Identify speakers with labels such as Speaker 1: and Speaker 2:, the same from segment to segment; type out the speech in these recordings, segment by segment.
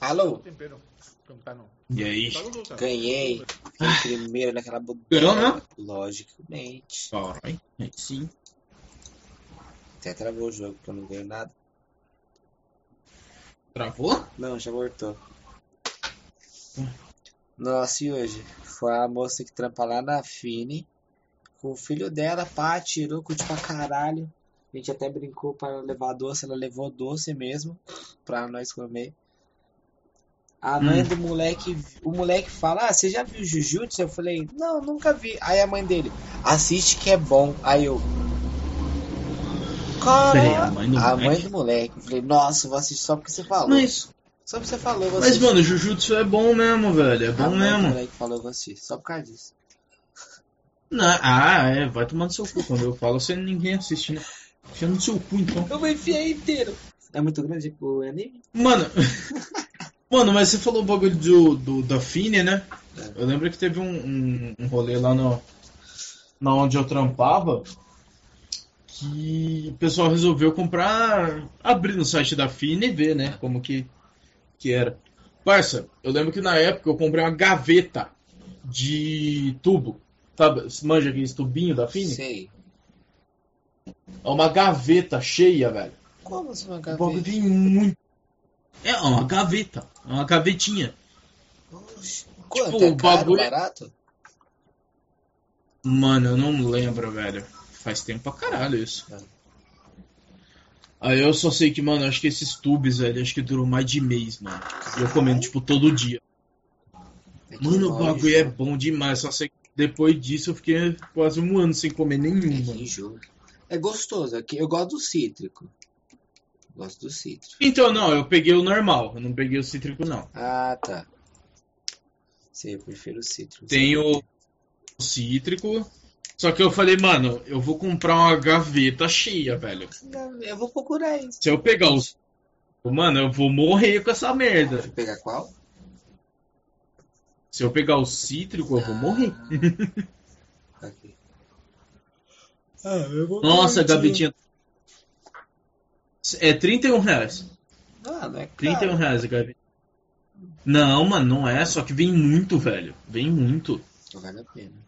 Speaker 1: Alô?
Speaker 2: Tempero. Cantar não.
Speaker 3: E aí?
Speaker 2: Tá no Lucas.
Speaker 1: Ganhei. Fiquei em primeiro naquela
Speaker 3: Ganhou
Speaker 1: bugada.
Speaker 3: mesmo?
Speaker 1: Logicamente.
Speaker 3: Vai. Aí sim.
Speaker 1: Até travou o jogo, porque eu não ganho nada.
Speaker 3: Travou?
Speaker 1: Não, já voltou. Nossa, e hoje? Foi a moça que trampa lá na Fini. Com o filho dela, pá, tirou, curte pra caralho. A gente até brincou para levar doce, ela levou doce mesmo pra nós comer. A
Speaker 3: Hum.
Speaker 1: mãe do moleque, o moleque fala: Ah, você já viu Jujutsu? Eu falei: Não, nunca vi. Aí a mãe dele: Assiste que é bom. Aí eu:
Speaker 3: Peraí,
Speaker 1: Cara,
Speaker 3: a mãe do
Speaker 1: a mãe
Speaker 3: moleque?
Speaker 1: do moleque. Eu falei: Nossa, eu vou assistir só porque você falou.
Speaker 3: Mas,
Speaker 1: Só porque você falou, eu vou
Speaker 3: mas,
Speaker 1: assistir.
Speaker 3: mano, Jujutsu é bom mesmo, velho. É
Speaker 1: A
Speaker 3: bom
Speaker 1: mãe do
Speaker 3: mesmo.
Speaker 1: moleque falou, eu vou assistir. Só por causa disso.
Speaker 3: Não, ah, é. Vai tomando seu cu. Quando eu falo, você ninguém assiste, né? Enfia no seu cu, então.
Speaker 1: Eu vou enfiar inteiro. É muito grande o anime?
Speaker 3: Mano, mano, mas você falou o bagulho do, do, da Fine, né? Eu lembro que teve um, um, um rolê lá no, na onde eu trampava que o pessoal resolveu comprar, abrir no site da Fine e ver, né? Como que, que era. Parça, eu lembro que na época eu comprei uma gaveta de tubo. Sabe, manja aqueles tubinhos da Fine?
Speaker 1: Sei.
Speaker 3: É uma gaveta cheia, velho.
Speaker 1: Como assim uma
Speaker 3: O bagulho
Speaker 1: gaveta?
Speaker 3: tem muito. É uma gaveta. É uma gavetinha.
Speaker 1: Oxe. Quanto?
Speaker 3: Tipo,
Speaker 1: é caro,
Speaker 3: bagulho-
Speaker 1: barato?
Speaker 3: Mano, eu não lembro, velho. Faz tempo pra caralho isso.
Speaker 1: É.
Speaker 3: Aí eu só sei que, mano, acho que esses tubes, velho, acho que durou mais de mês, mano. E eu comendo, tipo, todo dia.
Speaker 1: É que
Speaker 3: Mano, o
Speaker 1: nojo.
Speaker 3: bagulho é bom demais. Só sei que depois disso eu fiquei quase um ano sem comer
Speaker 1: É
Speaker 3: nenhum,
Speaker 1: que
Speaker 3: mano.
Speaker 1: enjoo. É gostoso. é que Eu gosto do cítrico. Gosto do cítrico.
Speaker 3: Então, não, eu peguei o normal. Eu não peguei o cítrico, não.
Speaker 1: Ah, tá. Sei, eu prefiro o cítrico.
Speaker 3: Tem o cítrico. Só que eu falei, mano, eu vou comprar uma gaveta cheia, velho.
Speaker 1: Eu vou procurar isso.
Speaker 3: Se eu pegar os. Mano, eu vou morrer com essa merda.
Speaker 1: Vou pegar qual?
Speaker 3: Se eu pegar o cítrico, eu vou morrer.
Speaker 1: Ah, aqui. Ah,
Speaker 3: Nossa, gavetinha. É 31 reais.
Speaker 1: Ah, não é
Speaker 3: 31
Speaker 1: caro.
Speaker 3: reais a gaveta. Não, mano, não é. Só que vem muito, velho. Vem muito.
Speaker 1: Vale a pena.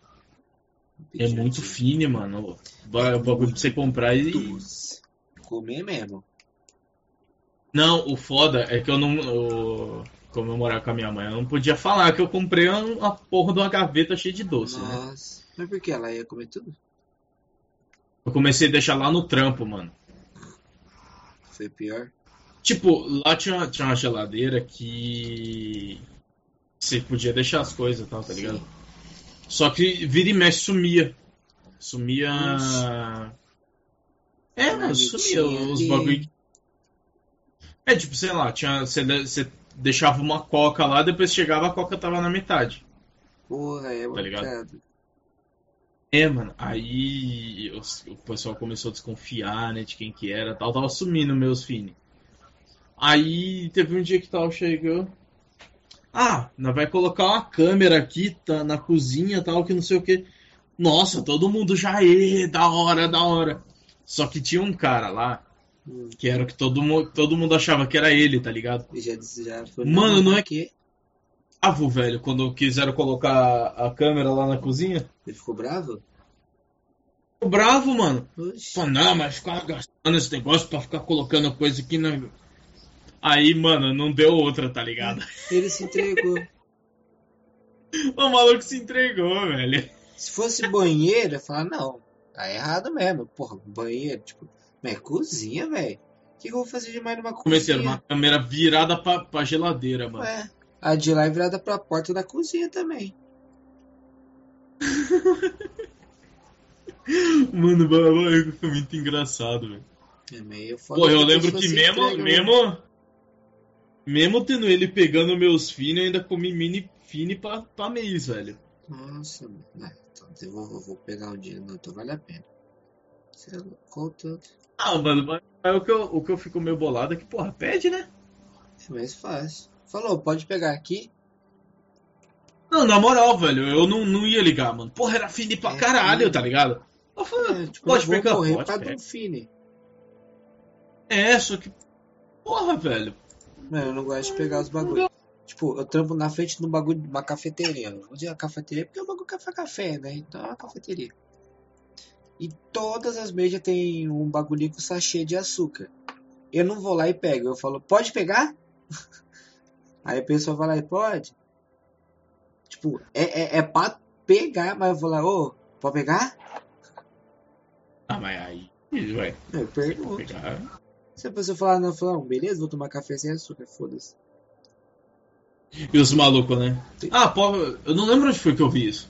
Speaker 3: É muito fine, mano. Ba- O bagulho pra você comprar e.
Speaker 1: Doce. Comer mesmo.
Speaker 3: Não, o foda é que eu não. eu- Como eu morava com a minha mãe, eu não podia falar que eu comprei uma uma porra de uma gaveta cheia de doce, né?
Speaker 1: Nossa. Mas por que ela ia comer tudo?
Speaker 3: Eu comecei a deixar lá no trampo, mano.
Speaker 1: Foi pior.
Speaker 3: Tipo, lá tinha, tinha uma geladeira que você podia deixar as coisas e tal, tá ligado?
Speaker 1: Sim.
Speaker 3: Só que vira e mexe sumia. Sumia. É,
Speaker 1: Uma
Speaker 3: sumia
Speaker 1: mitinha
Speaker 3: os
Speaker 1: ali.
Speaker 3: bagulho. que- É, tipo, sei lá, tinha, você, de- você deixava uma coca lá, depois chegava a coca tava na metade.
Speaker 1: Porra, é
Speaker 3: Tá ligado?
Speaker 1: mancado.
Speaker 3: É, mano, aí os- o pessoal começou a desconfiar, né, de quem que era, tal, tava sumindo meus fini. Aí teve um dia que tal chegou. Ah, nós vai colocar uma câmera aqui, tá na cozinha, tal, que não sei o quê. Nossa, todo mundo já é, da hora, da hora. Só que tinha um cara lá
Speaker 1: Hum.
Speaker 3: que era o que todo mundo, todo mundo achava que era ele, tá ligado?
Speaker 1: E Já, disse- já foi
Speaker 3: Mano, não é-
Speaker 1: que
Speaker 3: Avo, velho, quando quiseram colocar a câmera lá na cozinha.
Speaker 1: Ele ficou bravo?
Speaker 3: Ficou Bravo, mano.
Speaker 1: Oxi.
Speaker 3: Pô, não, mas ficar gastando esse negócio pra ficar colocando coisa aqui na. Aí, mano, não deu outra, tá ligado?
Speaker 1: Ele se entregou.
Speaker 3: O maluco se entregou, velho.
Speaker 1: se fosse banheiro, eu falava, não, tá errado mesmo. Porra, banheiro, tipo, mas é cozinha, velho. O que, que eu vou fazer demais numa
Speaker 3: Comecei
Speaker 1: cozinha?
Speaker 3: uma câmera virada pra, pra geladeira, mano.
Speaker 1: Ué, a de lá é virada pra porta da cozinha também.
Speaker 3: Mano, o bagulho foi muito engraçado, velho.
Speaker 1: É meio foda.
Speaker 3: Pô, eu
Speaker 1: que a
Speaker 3: lembro
Speaker 1: pessoa
Speaker 3: que
Speaker 1: se
Speaker 3: mesmo,
Speaker 1: entregou.
Speaker 3: mesmo. Mesmo tendo ele pegando meus finos, eu ainda comi mini fine pra, pra mês, velho.
Speaker 1: Nossa, mano. Ah, então, eu vou, vou- vou pegar um dia, não, então vale a pena. Você é louco, qual o tanto?
Speaker 3: Ah, mano, mas mas o que, eu, o que eu fico meio bolado é que, porra, pede, né?
Speaker 1: É mais fácil. Falou, pode pegar aqui.
Speaker 3: Não, na moral, velho, eu não, não ia ligar, mano. Porra, era fine pra
Speaker 1: É,
Speaker 3: caralho,
Speaker 1: sim.
Speaker 3: tá ligado? Eu falei,
Speaker 1: É, tipo,
Speaker 3: Ah, Pode
Speaker 1: eu vou
Speaker 3: pegar,
Speaker 1: correr
Speaker 3: pode
Speaker 1: pra
Speaker 3: pegar.
Speaker 1: Dolphine.
Speaker 3: é, só que. Porra, velho.
Speaker 1: Mano, eu não gosto de pegar os bagulhos. Tipo, eu trampo na frente de um bagulho de uma cafeteria. Eu vou dizer a cafeteria porque é um bagulho café café, né? Então é uma cafeteria. E todas as mesas tem um bagulhinho com sachê de açúcar. Eu não vou lá e pego. Eu falo, pode pegar? Aí a pessoa vai lá e pode. Tipo, é, é, é pra pegar, mas eu vou lá, ô, pode pegar?
Speaker 3: Ah, mas aí. Ué,
Speaker 1: Eu
Speaker 3: vou
Speaker 1: pergunto.
Speaker 3: pegar.
Speaker 1: Se a pessoa falar, não, eu falo, não, beleza, vou tomar café sem açúcar, foda-se.
Speaker 3: E os malucos, né? Ah, pô, eu não lembro onde foi que eu vi isso.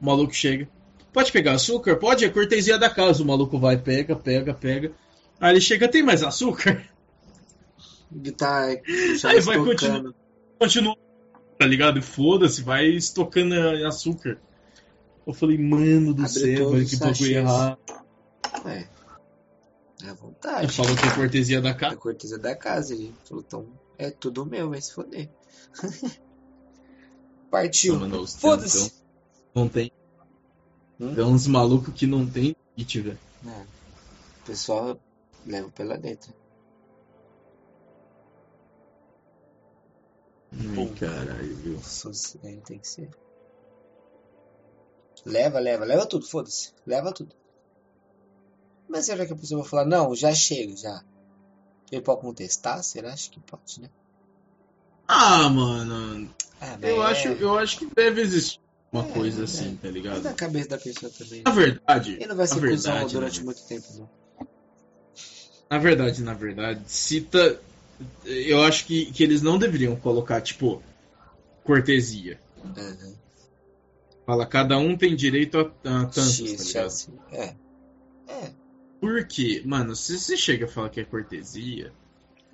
Speaker 3: O maluco chega. Pode pegar açúcar? Pode, é cortesia da casa. O maluco vai, pega, pega, pega. Aí ele chega, tem mais açúcar?
Speaker 1: E tá já
Speaker 3: Aí vai
Speaker 1: estocando.
Speaker 3: continuar. Continua, tá ligado? E Foda-se, vai estocando eh, açúcar. Eu falei, mano do
Speaker 1: Abre
Speaker 3: céu,
Speaker 1: todos
Speaker 3: velho,
Speaker 1: os
Speaker 3: que bagulho
Speaker 1: sachês.
Speaker 3: errado.
Speaker 1: É. É à
Speaker 3: Ele
Speaker 1: vontade.
Speaker 3: falou que é cortesia da
Speaker 1: É
Speaker 3: casa.
Speaker 1: cortesia da casa, ele falou, então é tudo meu, vai se foder. Partiu.
Speaker 3: Não, mano, os
Speaker 1: Foda-se.
Speaker 3: tempos, então, Não tem.
Speaker 1: Hum?
Speaker 3: Tem uns malucos que não tem limite, velho.
Speaker 1: É. O pessoal leva pela letra.
Speaker 3: Ai,
Speaker 1: Pum.
Speaker 3: Hum, caralho, viu?
Speaker 1: Só se- é, tem que ser. Leva, leva, leva tudo, foda-se. Leva tudo. Mas será que a pessoa vai falar, não, já chega, já. Ele pode contestar? Será? Acho que pode, né?
Speaker 3: Ah, mano,
Speaker 1: Ah, mas
Speaker 3: Eu
Speaker 1: é-
Speaker 3: acho, eu acho que deve existir uma
Speaker 1: É,
Speaker 3: coisa
Speaker 1: é.
Speaker 3: assim, tá
Speaker 1: é
Speaker 3: ligado?
Speaker 1: da cabeça da pessoa também.
Speaker 3: Na verdade,
Speaker 1: Ele não vai
Speaker 3: na
Speaker 1: ser cuzão
Speaker 3: verdade,
Speaker 1: durante
Speaker 3: né?
Speaker 1: muito tempo, não.
Speaker 3: na verdade, na verdade, cita. Eu acho que, que eles não deveriam colocar, tipo, cortesia.
Speaker 1: Uhum.
Speaker 3: Fala, cada um tem direito a, a tantos, tá
Speaker 1: X,
Speaker 3: ligado?
Speaker 1: Chelsea. É. É.
Speaker 3: Por quê? Mano, se você chega a falar que é cortesia,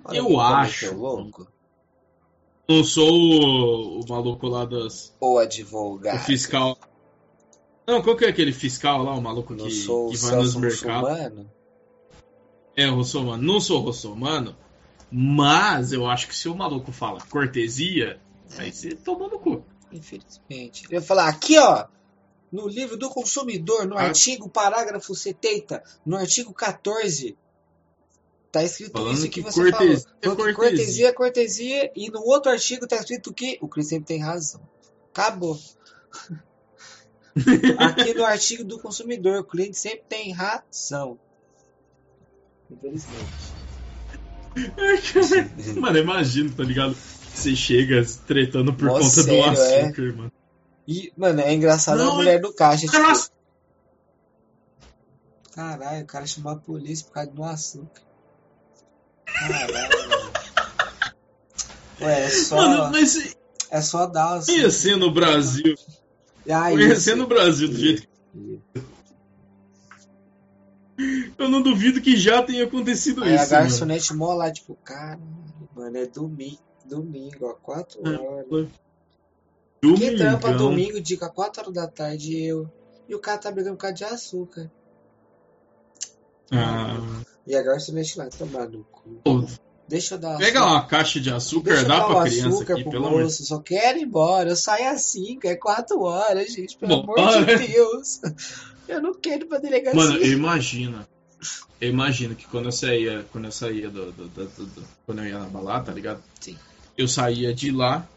Speaker 1: Olha
Speaker 3: Eu
Speaker 1: como é que
Speaker 3: acho.
Speaker 1: é louco.
Speaker 3: não sou o, o maluco lá das,
Speaker 1: Ou
Speaker 3: o
Speaker 1: advogado.
Speaker 3: fiscal. Não, qual que é aquele fiscal lá, o maluco
Speaker 1: Não
Speaker 3: que,
Speaker 1: sou
Speaker 3: que
Speaker 1: o
Speaker 3: vai nos
Speaker 1: Celso
Speaker 3: mercados?
Speaker 1: muçulmano.
Speaker 3: É, Rossomano, não sou Rossomano, mas eu acho que se o maluco fala cortesia, aí você toma no cu.
Speaker 1: Infelizmente. Eu ia falar aqui, ó. No livro do consumidor, no
Speaker 3: Ah.
Speaker 1: artigo, parágrafo 70, no artigo 14, tá escrito
Speaker 3: Falando
Speaker 1: isso que,
Speaker 3: que
Speaker 1: você
Speaker 3: cortesia
Speaker 1: falou.
Speaker 3: é
Speaker 1: Falou que cortesia
Speaker 3: cortesia.
Speaker 1: é cortesia, e no outro artigo tá escrito que o Cris sempre tem razão. Acabou. Aqui no artigo do consumidor, o cliente sempre tem razão. Infelizmente. Uhum.
Speaker 3: Mano, imagina, tá ligado? Você chega tretando por
Speaker 1: Mó
Speaker 3: conta do
Speaker 1: sério, é.
Speaker 3: açúcar, mano.
Speaker 1: E, mano, é engraçado
Speaker 3: Não,
Speaker 1: a mulher do caixa. Tipo,
Speaker 3: Nossa,
Speaker 1: Caralho, o cara chamou a polícia por causa de um açúcar. Caralho. mano. Ué, é só,
Speaker 3: mano, mas
Speaker 1: é só dar assim.
Speaker 3: ia ser no Brasil.
Speaker 1: Ah,
Speaker 3: Ia
Speaker 1: isso.
Speaker 3: ser no Brasil do jeito que.
Speaker 1: assim,
Speaker 3: Eu não duvido que já tenha acontecido
Speaker 1: Aí a
Speaker 3: isso. mano.
Speaker 1: garçonete mó lá, tipo, cara, mano, é domingo, domingo, ó, 4
Speaker 3: É,
Speaker 1: horas. Quem trampa
Speaker 3: Domingão.
Speaker 1: domingo, dica 4 horas da tarde, eu. E o cara tá brigando por causa de açúcar.
Speaker 3: Ah,
Speaker 1: E a garçonete lá, tomar no cu.
Speaker 3: pô,
Speaker 1: Deixa eu dar
Speaker 3: pega uma caixa de açúcar,
Speaker 1: Deixa eu
Speaker 3: dá
Speaker 1: dar
Speaker 3: pra
Speaker 1: o
Speaker 3: criança
Speaker 1: açúcar
Speaker 3: aqui,
Speaker 1: pro
Speaker 3: pelo amor de
Speaker 1: moço, só quero ir embora. Eu saio às 5, é 4 horas, gente, pelo
Speaker 3: Bom,
Speaker 1: amor
Speaker 3: olha.
Speaker 1: de Deus. Eu não quero ir pra delegacia.
Speaker 3: Mano, eu imagino. Eu imagino que quando eu saía, quando eu saía do, do- do- do- do- quando eu ia na balada, tá ligado?
Speaker 1: Sim.
Speaker 3: Eu saía de lá,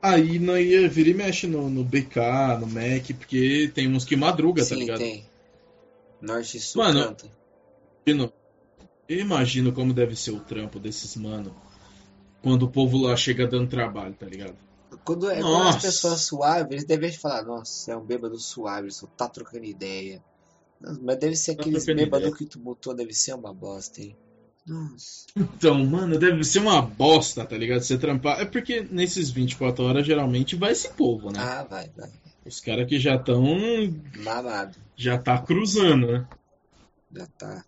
Speaker 3: aí não ia vira e mexe no, no BK, no Mac, porque tem uns que madruga, tá
Speaker 1: Sim,
Speaker 3: ligado?
Speaker 1: tem. Norte e Sul
Speaker 3: Mano,
Speaker 1: canta.
Speaker 3: Imagino- Eu imagino como deve ser o trampo desses mano quando o povo lá chega dando trabalho, tá ligado?
Speaker 1: Quando, é quando
Speaker 3: Nossa.
Speaker 1: as pessoas suaves, eles devem falar, nossa, é um bêbado suave, ele só tá trocando ideia. Nossa, Mas deve ser
Speaker 3: Tá
Speaker 1: aqueles
Speaker 3: trocando
Speaker 1: bêbados
Speaker 3: ideia.
Speaker 1: que tumultuam, deve ser uma bosta, hein? Nossa.
Speaker 3: Então, mano, deve ser uma bosta, tá ligado? Você trampar. É porque nesses 24 horas geralmente vai esse povo, né?
Speaker 1: Ah, vai, vai.
Speaker 3: Os caras que já estão.
Speaker 1: Mamado.
Speaker 3: Já tá cruzando, né?
Speaker 1: Já tá.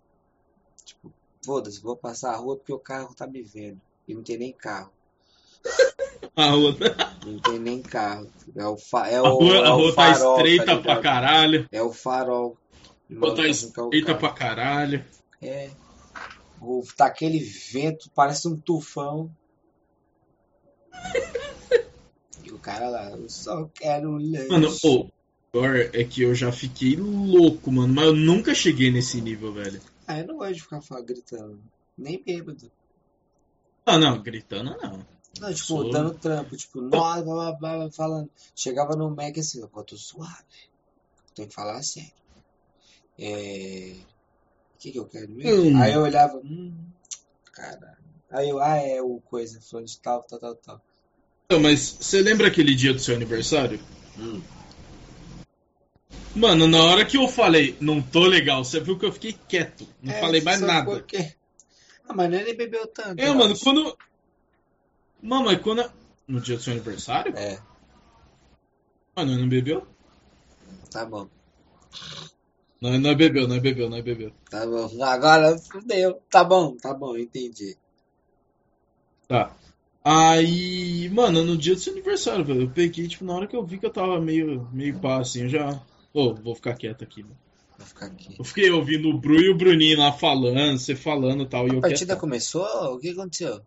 Speaker 1: Tipo, foda-se, vou passar a rua porque o carro tá me vendo. E não tem nem carro.
Speaker 3: A rua,
Speaker 1: Não tem nem carro. É o, fa é
Speaker 3: a
Speaker 1: o,
Speaker 3: rua,
Speaker 1: é
Speaker 3: a
Speaker 1: o
Speaker 3: rua tá
Speaker 1: farol,
Speaker 3: estreita
Speaker 1: tá
Speaker 3: pra
Speaker 1: ligado?
Speaker 3: caralho.
Speaker 1: É o farol.
Speaker 3: A rua
Speaker 1: Mano,
Speaker 3: tá
Speaker 1: então, arrancar o
Speaker 3: estreita
Speaker 1: um carro.
Speaker 3: pra caralho.
Speaker 1: É. O- Tá aquele vento, parece um tufão. E o cara lá, eu só quero leite.
Speaker 3: Mano, pô, o pior é que eu já fiquei louco, mano. Mas eu nunca cheguei nesse nível, velho.
Speaker 1: Ah, eu não gosto de ficar fa- gritando. Nem bêbado.
Speaker 3: Não, não, gritando não.
Speaker 1: Não, tipo,
Speaker 3: Sou-
Speaker 1: dando trampo, tipo, nossa, blá, blá, blá, blá, falando. Chegava no Mac assim, eu tô suave. Tem que falar sério. É... O que que eu quero mesmo?
Speaker 3: Hum.
Speaker 1: Aí eu olhava, hum, caralho. Aí eu, ah, é o coisa, falando de tal, tal, tal, tal.
Speaker 3: Então, mas você lembra aquele dia do seu aniversário?
Speaker 1: Hum.
Speaker 3: Mano, na hora que eu falei, não tô legal, você viu que eu fiquei quieto. Não
Speaker 1: É,
Speaker 3: falei mais
Speaker 1: só
Speaker 3: nada.
Speaker 1: porque- Ah, mas nem ele bebeu tanto.
Speaker 3: É,
Speaker 1: eu
Speaker 3: mano,
Speaker 1: acho.
Speaker 3: quando. Mano, mas quando. é- No dia do seu aniversário?
Speaker 1: É,
Speaker 3: Mano, não bebeu?
Speaker 1: tá bom,
Speaker 3: Não, não bebeu, não bebeu, não bebeu.
Speaker 1: tá bom. Agora fudeu. Tá bom, tá bom, entendi.
Speaker 3: Tá. Aí, mano, no dia do seu aniversário, velho, eu peguei, tipo, na hora que eu vi que eu tava meio, meio pá, assim, eu já. Ô, vou ficar quieto aqui, mano.
Speaker 1: Vou ficar aqui.
Speaker 3: Eu fiquei ouvindo o Bru e o Bruninho lá falando, você falando e tal, e
Speaker 1: A
Speaker 3: eu
Speaker 1: partida
Speaker 3: quieto.
Speaker 1: começou? O que aconteceu?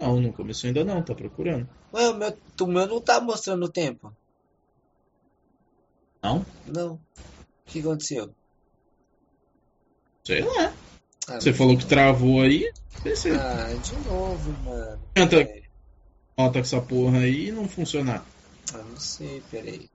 Speaker 3: Não, não começou ainda não, tá procurando.
Speaker 1: Ué, o meu, o meu não tá mostrando o tempo.
Speaker 3: Não?
Speaker 1: Não. O que aconteceu?
Speaker 3: Sei lá.
Speaker 1: Ah,
Speaker 3: Você falou que travou aí, pensei.
Speaker 1: ah, de novo, mano.
Speaker 3: Canta
Speaker 1: É,
Speaker 3: nota com essa porra aí e não funcionar.
Speaker 1: ah, não sei, peraí.